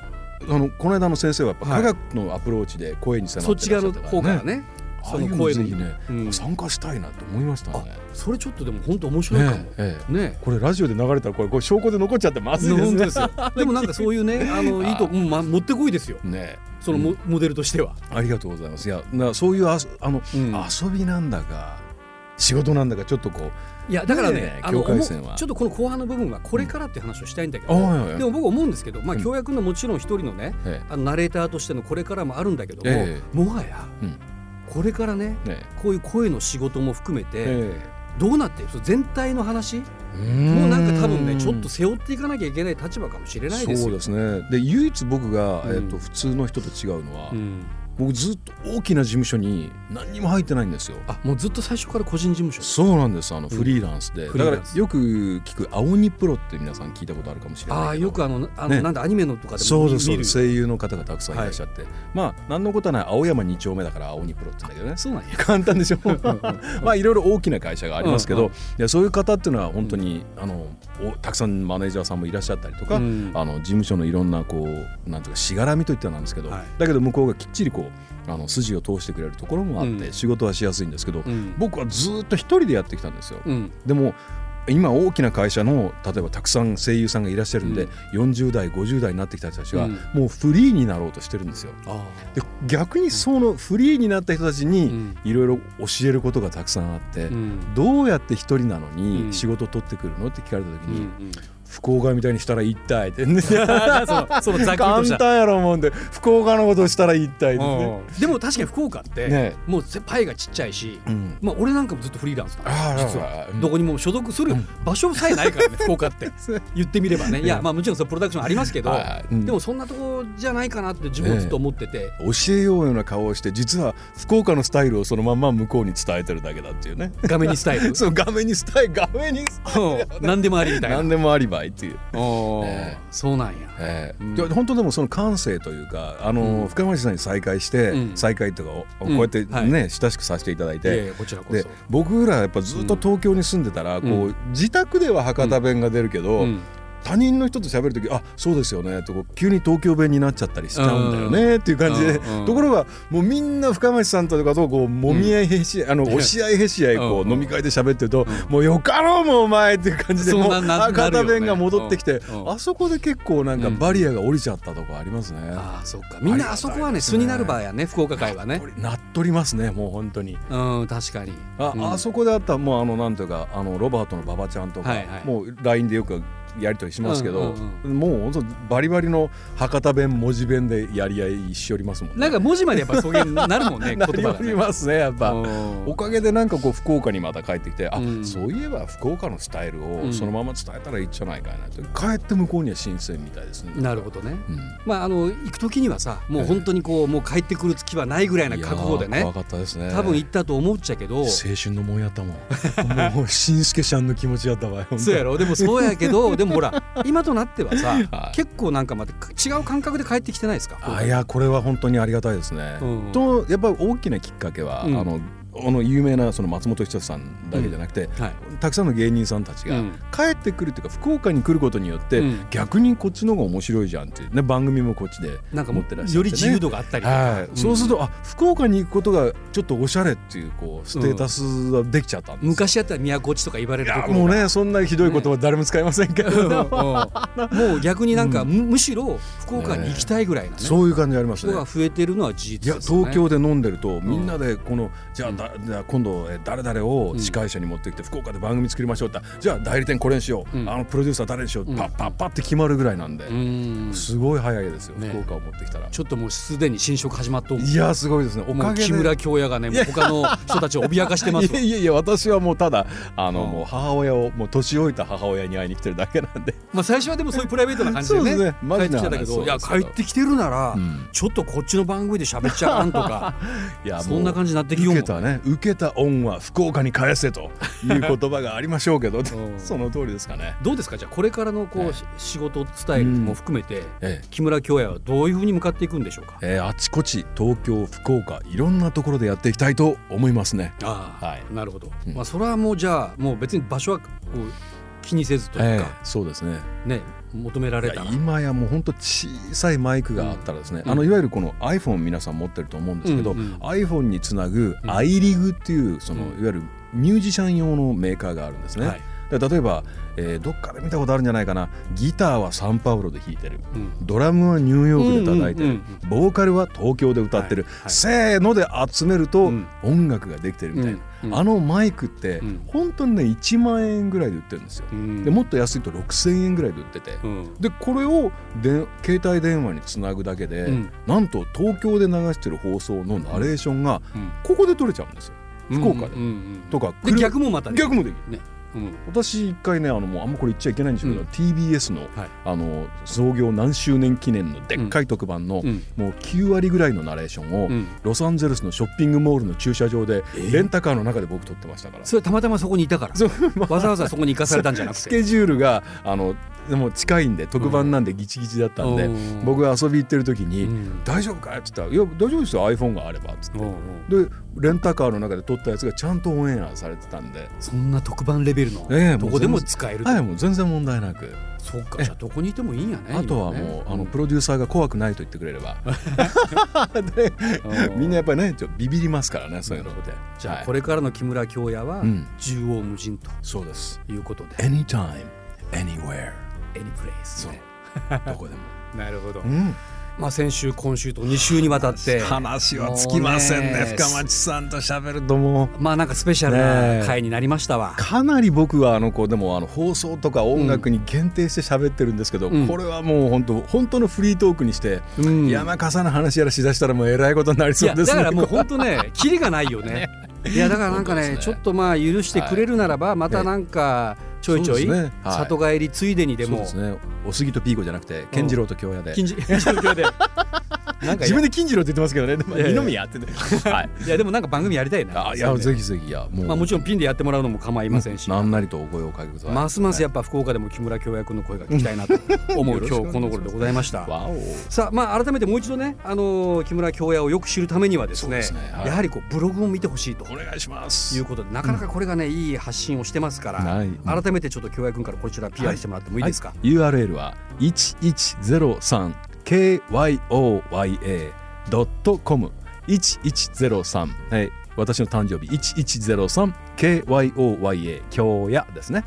[SPEAKER 3] うあのこの間の先生はやっぱ科学のアプローチで声に迫
[SPEAKER 2] そっ
[SPEAKER 3] って
[SPEAKER 2] ち
[SPEAKER 3] らっ
[SPEAKER 2] 側
[SPEAKER 3] し
[SPEAKER 2] の
[SPEAKER 3] ゃったか
[SPEAKER 2] 方
[SPEAKER 3] ら
[SPEAKER 2] からね。
[SPEAKER 3] あ
[SPEAKER 2] そ
[SPEAKER 3] あい
[SPEAKER 2] の
[SPEAKER 3] うの
[SPEAKER 2] 声
[SPEAKER 3] ぜ
[SPEAKER 2] の
[SPEAKER 3] ひね、
[SPEAKER 2] うん
[SPEAKER 3] 参加したいなと思いましたね。
[SPEAKER 2] それちょっとでも本当面白いかも。
[SPEAKER 3] ねえええ
[SPEAKER 2] ね。
[SPEAKER 3] これラジオで流れたらこれこれ証拠で残っちゃってまずいです
[SPEAKER 2] 本当
[SPEAKER 3] ね。
[SPEAKER 2] ですよ。でもなんかそういうねあのいいとうんま持ってこいですよ。
[SPEAKER 3] ね
[SPEAKER 2] そのモモデルとしては。
[SPEAKER 3] ありがとうございます。いやなそういうあそあの、
[SPEAKER 2] うん
[SPEAKER 3] 遊びなんだが仕事なんだかちょっとこ
[SPEAKER 2] いやだからね
[SPEAKER 3] ねえ
[SPEAKER 2] あの
[SPEAKER 3] 境界線は
[SPEAKER 2] おもちょっとこの後半の部分はこれからって話をしたいんだけど、
[SPEAKER 3] うんはいはいはい
[SPEAKER 2] でも僕思うんですけど、まあ、
[SPEAKER 3] うん
[SPEAKER 2] 教約のもちろん一人のね、
[SPEAKER 3] う、え
[SPEAKER 2] あのナレーターとしてのこれからもあるんだけども、
[SPEAKER 3] え
[SPEAKER 2] もはや、
[SPEAKER 3] うん
[SPEAKER 2] これからね
[SPEAKER 3] えね
[SPEAKER 2] こういう声の仕事も含めて、
[SPEAKER 3] え
[SPEAKER 2] どうなっていくその全体の話
[SPEAKER 3] え
[SPEAKER 2] もうなんか多分ねちょっと背負っていかなきゃいけない立場かもしれないですよ。
[SPEAKER 3] そうですねで唯一僕が、えー、と
[SPEAKER 2] うん
[SPEAKER 3] 普通の人と違うのは、
[SPEAKER 2] うん
[SPEAKER 3] 僕ずっと大きな事務所に何にも入ってないんですよ
[SPEAKER 2] あもうずっと最初から個人事務所
[SPEAKER 3] そうなんですあのフリーランスで、
[SPEAKER 2] フリ
[SPEAKER 3] だ
[SPEAKER 2] ー
[SPEAKER 3] か
[SPEAKER 2] ラ
[SPEAKER 3] ら
[SPEAKER 2] ンス
[SPEAKER 3] よく聞く「青鬼プロ」って皆さん聞いたことあるかもしれないけど
[SPEAKER 2] ああよくあのあの、
[SPEAKER 3] ね
[SPEAKER 2] なんだアニメのとかで
[SPEAKER 3] そ
[SPEAKER 2] も
[SPEAKER 3] う
[SPEAKER 2] 見
[SPEAKER 3] ですそう
[SPEAKER 2] 見
[SPEAKER 3] で
[SPEAKER 2] る
[SPEAKER 3] す声優の方がたくさんいらっしゃって、まあ何のことはない青山2丁目だから青鬼プロって言うんだけどね
[SPEAKER 2] そうなんや。
[SPEAKER 3] 簡単でしょ まあいろいろ大きな会社がありますけど、
[SPEAKER 2] うん
[SPEAKER 3] でそういう方っていうのは本当に、あのおたくさんマネージャーさんもいらっしゃったりとか、
[SPEAKER 2] うん
[SPEAKER 3] あの事務所のいろんなこうなんていうかしがらみといったらなんですけど、
[SPEAKER 2] はい
[SPEAKER 3] だけど向こうがきっちりこうあの筋を通してくれるところもあって、
[SPEAKER 2] うん
[SPEAKER 3] 仕事はしやすいんですけど、
[SPEAKER 2] うん
[SPEAKER 3] 僕はずっと一人でやってきたんですよ。
[SPEAKER 2] うん
[SPEAKER 3] でも今大きな会社の例えばたくさん声優さんがいらっしゃるんで、40代50代になってきた人たちが、
[SPEAKER 2] うん
[SPEAKER 3] もうフリーになろうとしてるんですよ。
[SPEAKER 2] あ
[SPEAKER 3] で逆にそのフリーになった人たちに、
[SPEAKER 2] うん
[SPEAKER 3] いろいろ教えることがたくさんあって、
[SPEAKER 2] ーうん
[SPEAKER 3] どうやって一人なの
[SPEAKER 2] う
[SPEAKER 3] に
[SPEAKER 2] ん
[SPEAKER 3] 仕事取ってくるのって聞かれた時
[SPEAKER 2] うん
[SPEAKER 3] に、
[SPEAKER 2] うん
[SPEAKER 3] 不幸がみたいにしたら一 体って、
[SPEAKER 2] あーそうそうざっくりと
[SPEAKER 3] 簡
[SPEAKER 2] した
[SPEAKER 3] 単やろもんで不幸がのことしたら一体ですね。
[SPEAKER 2] でも確かに福岡って、
[SPEAKER 3] ね
[SPEAKER 2] もうせパイがちっちゃいし、
[SPEAKER 3] うん
[SPEAKER 2] まあ、俺なんかもずっとフリーランスだ
[SPEAKER 3] あー
[SPEAKER 2] 実
[SPEAKER 3] あ
[SPEAKER 2] は
[SPEAKER 3] ーうん
[SPEAKER 2] どこにも所属する場所さえない からね、福岡って言ってみればねいやまあもちろんそのプロダクションありますけど、
[SPEAKER 3] はいはいうん
[SPEAKER 2] でもそんなとこじゃないかなって自分はずっと思ってて、
[SPEAKER 3] 教えようような顔をして実は福岡のスタイルをそのまんま向こうに伝えてるだけだっていうね
[SPEAKER 2] 画面にスタイル
[SPEAKER 3] そう画面にスタイル画面にスタイ
[SPEAKER 2] うん何でもありみた
[SPEAKER 3] ル
[SPEAKER 2] いな
[SPEAKER 3] 何でもアリバイっていう、
[SPEAKER 2] おー
[SPEAKER 3] ええ
[SPEAKER 2] そうなんや
[SPEAKER 3] ええ
[SPEAKER 2] うん
[SPEAKER 3] で本当でもその感性というかあの、深町さんに再会して、
[SPEAKER 2] うん
[SPEAKER 3] 再会とかをこ
[SPEAKER 2] ん
[SPEAKER 3] うやってね、
[SPEAKER 2] はい
[SPEAKER 3] 親しくさせていただい
[SPEAKER 2] い
[SPEAKER 3] て、
[SPEAKER 2] やいやこちらこ
[SPEAKER 3] で
[SPEAKER 2] そ、
[SPEAKER 3] 僕らやっぱずっと東京に住んでたら、
[SPEAKER 2] ん
[SPEAKER 3] こ
[SPEAKER 2] う
[SPEAKER 3] う自宅では博多弁が出るけど、
[SPEAKER 2] うん
[SPEAKER 3] 他人の人と喋る時「あそうですよね」とこう急に東京弁になっちゃったりしちゃうんだよねっていう感じで、
[SPEAKER 2] うんうん
[SPEAKER 3] ところがもうみんな深町さんとかとこうもみ合いへし、あの押し合いへし合いこう、
[SPEAKER 2] うん
[SPEAKER 3] 飲み会で喋ってると、もうよかろうもうお前っていう感じで
[SPEAKER 2] そう
[SPEAKER 3] もう
[SPEAKER 2] ななな
[SPEAKER 3] 博
[SPEAKER 2] るよ
[SPEAKER 3] 多
[SPEAKER 2] ね
[SPEAKER 3] 弁が戻ってきて、
[SPEAKER 2] うんうん
[SPEAKER 3] あそこで結構なんかバリアが降りちゃったとこありますね。
[SPEAKER 2] ああそっかみんなあそこは
[SPEAKER 3] ありがたい
[SPEAKER 2] ね
[SPEAKER 3] です
[SPEAKER 2] 素
[SPEAKER 3] ね
[SPEAKER 2] になる場合やね福岡会はね
[SPEAKER 3] なっとりますねもう本当に。
[SPEAKER 2] うん確かに
[SPEAKER 3] あ、
[SPEAKER 2] うん
[SPEAKER 3] あそこであったもうあのなんというかあのロバートの馬場ちゃんとか、
[SPEAKER 2] はいはい
[SPEAKER 3] もう LINE でよくやり取りしますけど、
[SPEAKER 2] うんうん
[SPEAKER 3] もう本当バリバリの博多弁文字弁でやり合いしよりますもんね。
[SPEAKER 2] なんか文字までやっぱそういう なるもんね言
[SPEAKER 3] なり
[SPEAKER 2] 葉
[SPEAKER 3] よ
[SPEAKER 2] がね
[SPEAKER 3] りますねやっぱ。
[SPEAKER 2] うん
[SPEAKER 3] おかげでなんかこう福岡にまた帰ってきて、
[SPEAKER 2] うん
[SPEAKER 3] あそういえば福岡のスタイル
[SPEAKER 2] う
[SPEAKER 3] を
[SPEAKER 2] ん
[SPEAKER 3] そのまま伝えたらいいんじゃないかなと、帰って向こうには新鮮みたいですね。
[SPEAKER 2] なるほどね
[SPEAKER 3] うん
[SPEAKER 2] まあ、あの行く時にはさもう本当にこう、もう帰ってくる気はないぐらいない
[SPEAKER 3] やー
[SPEAKER 2] 覚悟でね
[SPEAKER 3] 怖かったですね。
[SPEAKER 2] 多分行ったと思っちゃけど
[SPEAKER 3] 青春のもんやったもん。もう新助ちゃんの気持ちやったわよ。本当に
[SPEAKER 2] そうやろでもそうやけ どでもほら今となってはさ、
[SPEAKER 3] はい
[SPEAKER 2] 結構なんかまた違う感覚で帰ってきてないですか
[SPEAKER 3] あいやこれは本当にありがたいですね。
[SPEAKER 2] うん
[SPEAKER 3] とやっぱり大きなきっかけは、
[SPEAKER 2] うん
[SPEAKER 3] あのあの有名なその松本人志さんだけじゃなくて、
[SPEAKER 2] はい
[SPEAKER 3] たくさんの芸人さんたちが
[SPEAKER 2] うん
[SPEAKER 3] 帰ってくるというか福岡に来ることによって、
[SPEAKER 2] うん
[SPEAKER 3] 逆にこっちの方が面白いじゃんっていうね番組もこっちで
[SPEAKER 2] なんか
[SPEAKER 3] 持
[SPEAKER 2] も
[SPEAKER 3] ってらっしゃって、ね、
[SPEAKER 2] より自由度があったりとか
[SPEAKER 3] はい、そうするとあ福岡に行くことがちょっとおしゃれっていうこうステータスができちゃったんですよ、
[SPEAKER 2] 昔やったら都落ちとか言われ
[SPEAKER 3] い
[SPEAKER 2] ると
[SPEAKER 3] や
[SPEAKER 2] こ
[SPEAKER 3] も
[SPEAKER 2] ろ
[SPEAKER 3] う
[SPEAKER 2] が
[SPEAKER 3] ねそんなひどい言葉誰も使いませんけど、
[SPEAKER 2] うん うんもう逆になんか、むむしろ福岡に行きたいぐらいなね
[SPEAKER 3] そういう感じあります
[SPEAKER 2] 人
[SPEAKER 3] ね。
[SPEAKER 2] が増えてるのは事
[SPEAKER 3] いや
[SPEAKER 2] 実ですよね
[SPEAKER 3] 東京で飲んでるとみんなでこの、じゃあだじゃあ今度え誰々を司会者に持ってきて福岡で番組作りましょうってじゃあ代理店これにしよう、
[SPEAKER 2] うん
[SPEAKER 3] あのプロデューサー誰にしよう、
[SPEAKER 2] ん
[SPEAKER 3] パッパッパって決まるぐらいなんで、
[SPEAKER 2] うん
[SPEAKER 3] すごい早いですよ、
[SPEAKER 2] ね
[SPEAKER 3] 福岡を持ってきたら。
[SPEAKER 2] ちょっともうすでに侵食始まっとうもん
[SPEAKER 3] いやすごいですねお
[SPEAKER 2] も
[SPEAKER 3] か
[SPEAKER 2] う
[SPEAKER 3] げで。
[SPEAKER 2] 木村京也がねもう他の人たちを脅かしてます
[SPEAKER 3] い
[SPEAKER 2] わ
[SPEAKER 3] やいやいや私はもうただあの、
[SPEAKER 2] うん
[SPEAKER 3] もう母親をもう年老いた母親に会いに来てるだけなんで、
[SPEAKER 2] まあ最初はでもそういうプライベートな感じで
[SPEAKER 3] そうで
[SPEAKER 2] ね
[SPEAKER 3] すねマジ
[SPEAKER 2] 帰って
[SPEAKER 3] な
[SPEAKER 2] きてた
[SPEAKER 3] 話
[SPEAKER 2] け
[SPEAKER 3] そ
[SPEAKER 2] ど
[SPEAKER 3] う
[SPEAKER 2] い
[SPEAKER 3] で
[SPEAKER 2] や
[SPEAKER 3] す
[SPEAKER 2] 帰ってきてるなら、
[SPEAKER 3] うん
[SPEAKER 2] ちょっとこっちの番組で喋っちゃあかんと か
[SPEAKER 3] いや
[SPEAKER 2] そんな感じになってきよ
[SPEAKER 3] 受
[SPEAKER 2] うも
[SPEAKER 3] け
[SPEAKER 2] ん
[SPEAKER 3] たね受けた恩は福岡に返せという言葉がありましょ うけど
[SPEAKER 2] ん
[SPEAKER 3] その通りですかね。
[SPEAKER 2] どうですかじゃあこれからのこう、
[SPEAKER 3] はい
[SPEAKER 2] し仕事スタイルも含めて、
[SPEAKER 3] ええ
[SPEAKER 2] 木村京也はどういうふうに向かっていくんでしょうか、
[SPEAKER 3] えーあちこち東京福岡いろんなところでやっていきたいと思いますね。
[SPEAKER 2] ああ、
[SPEAKER 3] はい
[SPEAKER 2] なるほど、
[SPEAKER 3] うん
[SPEAKER 2] まあそれはもうじゃあもう別に場所はこう気にせずという
[SPEAKER 3] え
[SPEAKER 2] か、
[SPEAKER 3] ーそうですね
[SPEAKER 2] ね求めら
[SPEAKER 3] い
[SPEAKER 2] れ
[SPEAKER 3] や
[SPEAKER 2] たら
[SPEAKER 3] 今やもうほんと小さいマイクがあったらですね、
[SPEAKER 2] うん
[SPEAKER 3] あのいわゆるこの iPhone 皆さん持ってると思うんですけど、
[SPEAKER 2] うんうん
[SPEAKER 3] iPhone につなぐ iRig っていうそ
[SPEAKER 2] う
[SPEAKER 3] の、
[SPEAKER 2] ん
[SPEAKER 3] いわゆるミュージシャン用のメーカーがあるんですね。
[SPEAKER 2] はい
[SPEAKER 3] で例えば、えーどっかで見たことあるんじゃないかなギターはサンパウロで弾いてるドラムはニューヨークで叩いてる、
[SPEAKER 2] うんうん
[SPEAKER 3] ボーカルは東京で歌ってる、
[SPEAKER 2] はいはい
[SPEAKER 3] せーので集めると
[SPEAKER 2] うん
[SPEAKER 3] 音楽ができてるみたいな、
[SPEAKER 2] うんうん
[SPEAKER 3] あのマイクって
[SPEAKER 2] うん
[SPEAKER 3] 本当にね1万円ぐらいで売ってるんですよ、
[SPEAKER 2] うん
[SPEAKER 3] でもっと安いと6,000円ぐらいで売ってて、
[SPEAKER 2] うん
[SPEAKER 3] でこれをで携帯電話につなぐだけで、
[SPEAKER 2] うん
[SPEAKER 3] なんと東京で流してる放送のナレーションが
[SPEAKER 2] うん
[SPEAKER 3] ここで撮れちゃうんですよ、福岡で、
[SPEAKER 2] うんうんうん
[SPEAKER 3] とか
[SPEAKER 2] で
[SPEAKER 3] 車
[SPEAKER 2] 逆もまたね
[SPEAKER 3] 逆もできる
[SPEAKER 2] ねうん
[SPEAKER 3] 私一回ねあのもうあんまこれ言っちゃいけないんですけど、
[SPEAKER 2] うん
[SPEAKER 3] TBS の,、
[SPEAKER 2] はい
[SPEAKER 3] あの創業何周年記念のでっかい特番の、
[SPEAKER 2] うん
[SPEAKER 3] もう9割ぐらいのナレーションを、
[SPEAKER 2] うん
[SPEAKER 3] ロサンゼルスのショッピングモールの駐車場でレンタカーの中で僕撮ってましたから。
[SPEAKER 2] それたまたまそこにいたから
[SPEAKER 3] そうまあ
[SPEAKER 2] わざわざそこに行かされたんじゃなく
[SPEAKER 3] ス
[SPEAKER 2] て
[SPEAKER 3] ケジュールがあのでも近いんで特番なんでギチギチだったんで、
[SPEAKER 2] うん
[SPEAKER 3] 僕が遊び行ってる時に「
[SPEAKER 2] うん
[SPEAKER 3] 大丈夫か?」っつったら「いや大丈夫ですよ iPhone があれば」っつって
[SPEAKER 2] おうおう
[SPEAKER 3] でレンタカーの中で撮ったやつがちゃんとオンエアされてたんで。
[SPEAKER 2] そんな特番レベルの
[SPEAKER 3] ええもう
[SPEAKER 2] どこでも使えると
[SPEAKER 3] はい、もう全然問題なく、
[SPEAKER 2] そうかじゃあどこにいてもいいんやね
[SPEAKER 3] あとはもう、あのプロデューサーが怖くないと言ってくれればでみんなやっぱりねちょっとビビりますからねそういうのって
[SPEAKER 2] じゃあ
[SPEAKER 3] はい
[SPEAKER 2] これからの木村京也は
[SPEAKER 3] うん
[SPEAKER 2] 縦横無尽と
[SPEAKER 3] そうです
[SPEAKER 2] いうことで
[SPEAKER 3] Anytime Anywhere
[SPEAKER 2] エニプレイス
[SPEAKER 3] そうどこでも、
[SPEAKER 2] なるほど
[SPEAKER 3] うん
[SPEAKER 2] まあ先週今週と2週にわたって
[SPEAKER 4] 話は尽きません
[SPEAKER 2] もう
[SPEAKER 4] ね
[SPEAKER 2] ね
[SPEAKER 4] 深町さんと喋るともう
[SPEAKER 2] まあなんかスペシャルな回になりましたわ
[SPEAKER 3] かなり僕はあのこうでもあの放送とか音楽に限定して喋ってるんですけど、
[SPEAKER 2] うん
[SPEAKER 3] これはもう本当本当のフリートークにして、
[SPEAKER 2] うん
[SPEAKER 3] 山笠の話やらしだしたらもうえらいことになり
[SPEAKER 2] い
[SPEAKER 3] そ
[SPEAKER 2] や
[SPEAKER 3] うで
[SPEAKER 2] だ
[SPEAKER 3] すね。
[SPEAKER 2] からもう本当 ねキリがないよねいやだからなんかね
[SPEAKER 3] 本当です
[SPEAKER 2] ちょ
[SPEAKER 3] ね
[SPEAKER 2] っとまあ許してくれるならばまたなんかちょいちょい、
[SPEAKER 3] そうですねはい
[SPEAKER 2] 里帰りついでにで
[SPEAKER 3] そう
[SPEAKER 2] も
[SPEAKER 3] ですね。おすぎとピーコじゃなくて健次郎と京也 で。
[SPEAKER 2] 近所近所でなんか
[SPEAKER 3] 自分で金次郎って言ってますけどね。でも
[SPEAKER 2] いやいや
[SPEAKER 3] 二宮ってね。はい。
[SPEAKER 2] いやでもなんか番組やりたいな
[SPEAKER 3] あいやぜひぜひいやもう。
[SPEAKER 2] まあ、もちろんピンでやってもらうのも構いませんし、
[SPEAKER 3] なんなりとお声をかけください。
[SPEAKER 2] ますますやっぱ福岡でも木村京也君の声が聞きたいなと思う今日この頃でございました。
[SPEAKER 3] わお。
[SPEAKER 2] さあまあ改めてもう一度ね、あのー木村京也をよく知るためにはですね
[SPEAKER 3] そうですねはい
[SPEAKER 2] やはりこうブログを見てほしいと
[SPEAKER 3] お願いします。
[SPEAKER 2] いうことでなかなかこれがね、いい発信をしてますから、
[SPEAKER 3] はい
[SPEAKER 2] 改めてちょっと京也君からこちら PR してもらってもいいですか、
[SPEAKER 3] はい、URL は 1103kyoya.com 1103はい私の誕生日 1103kyoya 京やですね、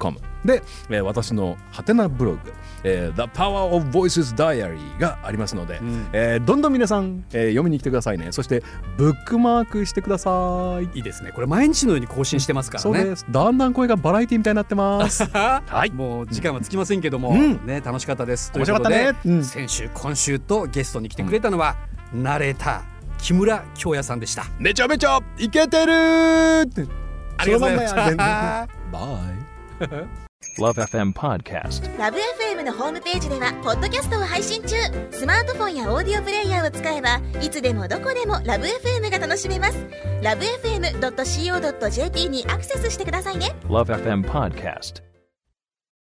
[SPEAKER 3] .com で、えー私のハテナブログ、えー The Power of Voices Diary がありますので、えーどんどん皆さん、えー読みに来てくださいねそしてブックマークしてください
[SPEAKER 2] いいですねこれ毎日のように更新してますか
[SPEAKER 3] そう
[SPEAKER 2] らね
[SPEAKER 3] ですだんだん声がバラエティみたいになってます
[SPEAKER 2] はい、もう時間はつきませんけども、
[SPEAKER 3] ん
[SPEAKER 2] ね楽しかったです。
[SPEAKER 3] 面白かった
[SPEAKER 2] という
[SPEAKER 3] ね
[SPEAKER 2] ことで
[SPEAKER 3] うん
[SPEAKER 2] 先週今週とゲストに来てくれたのは、ナレーター木村京也さんでした。
[SPEAKER 3] めちゃめちゃイケてる ー
[SPEAKER 2] ありがとうございまし
[SPEAKER 3] そのまんま
[SPEAKER 2] た
[SPEAKER 3] や。バイ
[SPEAKER 5] Love FM Podcast.
[SPEAKER 6] ラブ f m のホームページではポッドキャストを配信中スマートフォンやオーディオプレイヤーを使えばいつでもどこでもラブ f m が楽しめますラブ FM.co.jp にアクセスしてくださいね
[SPEAKER 5] Love FM Podcast.